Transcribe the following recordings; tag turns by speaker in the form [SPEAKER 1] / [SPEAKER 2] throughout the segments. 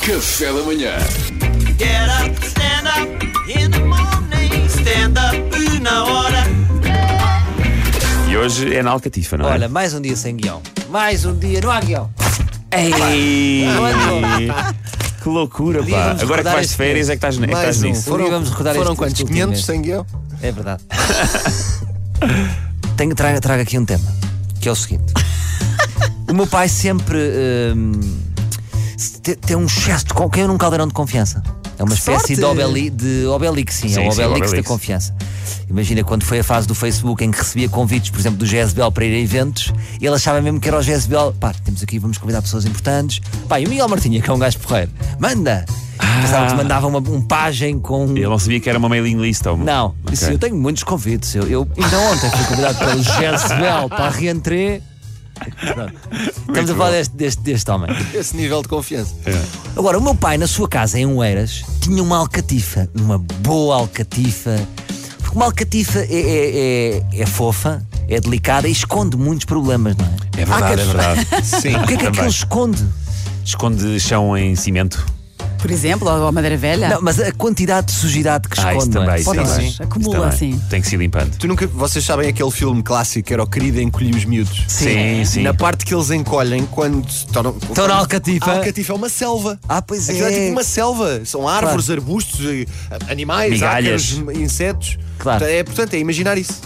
[SPEAKER 1] Café da manhã.
[SPEAKER 2] Get up, stand up in the morning. Stand up na hora.
[SPEAKER 3] E hoje é na Alcatifa, não é?
[SPEAKER 4] Olha, mais um dia sem guião. Mais um dia, não há guião.
[SPEAKER 3] Ei,
[SPEAKER 4] Olha.
[SPEAKER 3] que loucura,
[SPEAKER 4] Dia
[SPEAKER 3] pá.
[SPEAKER 4] vamos
[SPEAKER 3] Agora que
[SPEAKER 4] recordar
[SPEAKER 3] vais de
[SPEAKER 4] este
[SPEAKER 3] férias
[SPEAKER 4] mês.
[SPEAKER 3] é que estás, é que
[SPEAKER 4] Mais
[SPEAKER 3] estás
[SPEAKER 4] um.
[SPEAKER 3] nisso.
[SPEAKER 4] Foram- vamos recordar
[SPEAKER 5] Foram
[SPEAKER 4] este
[SPEAKER 5] quantos?
[SPEAKER 4] último
[SPEAKER 5] 500
[SPEAKER 4] mês.
[SPEAKER 5] sem guião?
[SPEAKER 4] É verdade. Tenho, trago, trago aqui um tema, que é o seguinte. O meu pai sempre hum, se te- tem um excesso de co- caiu num caldeirão de confiança. É uma espécie de,
[SPEAKER 5] sorte!
[SPEAKER 4] obeli, de obelix, sim,
[SPEAKER 3] Sim,
[SPEAKER 4] é um
[SPEAKER 3] sim,
[SPEAKER 4] obelix, da
[SPEAKER 3] obelix.
[SPEAKER 4] confiança. Imagina quando foi a fase do Facebook em que recebia convites, por exemplo, do Jezebel para ir a eventos, e ele achava mesmo que era o Jezebel. Pá, temos aqui, vamos convidar pessoas importantes. Pá, e o Miguel Martinha, que é um gajo porreiro, manda! Pensava que te mandava uma, um pajem com.
[SPEAKER 3] Ah. Ele não sabia que era uma mailing list. Ou...
[SPEAKER 4] Não,
[SPEAKER 3] Ok.
[SPEAKER 4] isso, eu tenho muitos convites. Eu, eu ainda ontem fui convidado pelo Jezebel para a reentrée. Pronto. Estamos a falar
[SPEAKER 3] bom.
[SPEAKER 4] deste, deste, deste homem.
[SPEAKER 5] Esse nível de confiança.
[SPEAKER 4] Agora, o meu pai, na sua casa em Oeiras, tinha uma alcatifa. Uma boa alcatifa. Porque uma alcatifa é, é, é- é fofa, é delicada e esconde muitos problemas, não é?
[SPEAKER 3] É verdade, é verdade. Sim,
[SPEAKER 4] O que é que aquilo esconde?
[SPEAKER 3] Esconde chão em cimento.
[SPEAKER 6] Por exemplo, ou a madeira velha?
[SPEAKER 4] Não, mas a quantidade de sujidade que
[SPEAKER 3] Ah,
[SPEAKER 4] esconde.
[SPEAKER 3] isso
[SPEAKER 4] não é?
[SPEAKER 3] também. Isso
[SPEAKER 6] Pode
[SPEAKER 3] também.
[SPEAKER 6] ser.
[SPEAKER 3] Isso
[SPEAKER 6] Acumula,
[SPEAKER 3] também.
[SPEAKER 6] sim.
[SPEAKER 3] Tem que se ir limpando.
[SPEAKER 5] Tu nunca, vocês sabem aquele filme clássico que era o querido encolhi os miúdos?
[SPEAKER 4] é.
[SPEAKER 3] Sim, sim.
[SPEAKER 5] Na parte que eles encolhem quando se tornam.
[SPEAKER 4] Estão na alcatifa.
[SPEAKER 5] A alcatifa é uma selva.
[SPEAKER 4] Ah, pois
[SPEAKER 5] Aquilo
[SPEAKER 4] é.
[SPEAKER 5] é tipo uma selva. São árvores, arbustos, eh, animais,
[SPEAKER 3] Migalhas.
[SPEAKER 5] ácaros, insetos.
[SPEAKER 4] Claro.
[SPEAKER 5] É, portanto, é imaginar isso.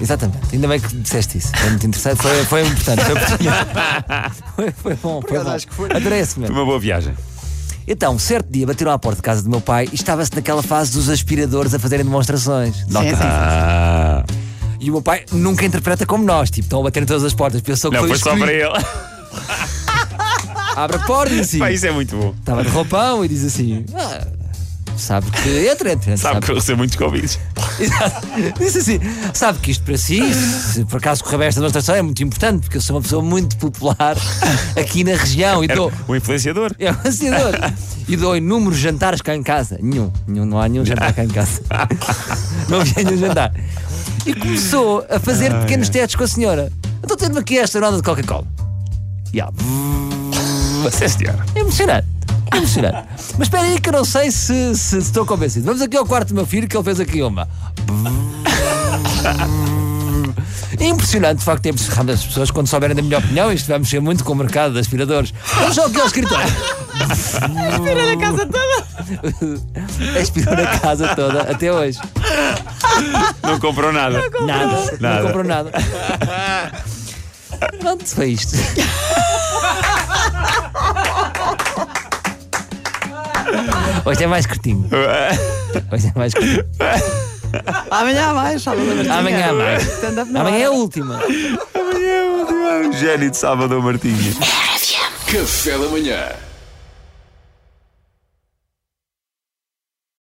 [SPEAKER 4] Exatamente, ainda bem que disseste isso. Foi muito interessante, foi, foi importante, foi pertinente. Foi, foi bom, foi
[SPEAKER 5] Obrigado,
[SPEAKER 4] bom.
[SPEAKER 5] acho que foi.
[SPEAKER 4] Adorei esse mesmo.
[SPEAKER 3] Uma boa viagem.
[SPEAKER 4] Então, certo dia bateram à porta de casa do meu pai e estava-se naquela fase dos aspiradores a fazerem demonstrações. de
[SPEAKER 6] Sim, sim,
[SPEAKER 4] alcatifa.
[SPEAKER 3] Ah,
[SPEAKER 4] E o meu pai nunca interpreta como nós, tipo, estão a bater em todas as portas. Pensou que
[SPEAKER 3] não,
[SPEAKER 4] foi
[SPEAKER 3] foi só para
[SPEAKER 4] escolhido.
[SPEAKER 3] ele.
[SPEAKER 4] Abre a porta e assim.
[SPEAKER 3] Pá, isso é muito bom.
[SPEAKER 4] Estava de roupão e diz assim: "Ah, Sabe que entra, entra.
[SPEAKER 3] Sabe que eu recebo muitos convites.
[SPEAKER 4] Exato. Disse assim: sabe que isto para si, se por acaso correr bem esta demonstração, é muito importante, porque eu sou uma pessoa muito popular aqui na região e
[SPEAKER 3] Era
[SPEAKER 4] dou.
[SPEAKER 3] o influenciador.
[SPEAKER 4] É um ansiador. E dou inúmeros jantares cá em casa. Nenhum, nenhum não há nenhum jantar cá em casa. Não havia nenhum jantar. E começou a fazer pequenos testes com a senhora. Eu Estou tendo aqui esta nota de Coca-Cola. E ela,
[SPEAKER 3] Sim, senhora.
[SPEAKER 4] é emocionante. É emocionante. Mas espera aí que eu não sei se, se estou convencido. Vamos aqui ao quarto do meu filho que ele fez aqui uma. É impressionante, de facto, temos as pessoas quando souberem da minha opinião, isto vai mexer muito com o mercado de aspiradores. Vamos só aqui ao escritório.
[SPEAKER 6] Madeira da casa toda.
[SPEAKER 4] Aspirou na casa toda até hoje.
[SPEAKER 3] Não comprou nada.
[SPEAKER 4] Nada.
[SPEAKER 3] Nada.
[SPEAKER 4] Não comprou nada. Pronto, foi isto. Hoje é mais curtinho. Hoje é mais curtinho.
[SPEAKER 6] Amanhã há mais, sábado da Martinha.
[SPEAKER 4] Amanhã há mais.
[SPEAKER 6] Stand-up na
[SPEAKER 4] Amanhã é a
[SPEAKER 6] hora.
[SPEAKER 4] última.
[SPEAKER 3] Gênio de Salvador Martins.
[SPEAKER 1] Café da manhã.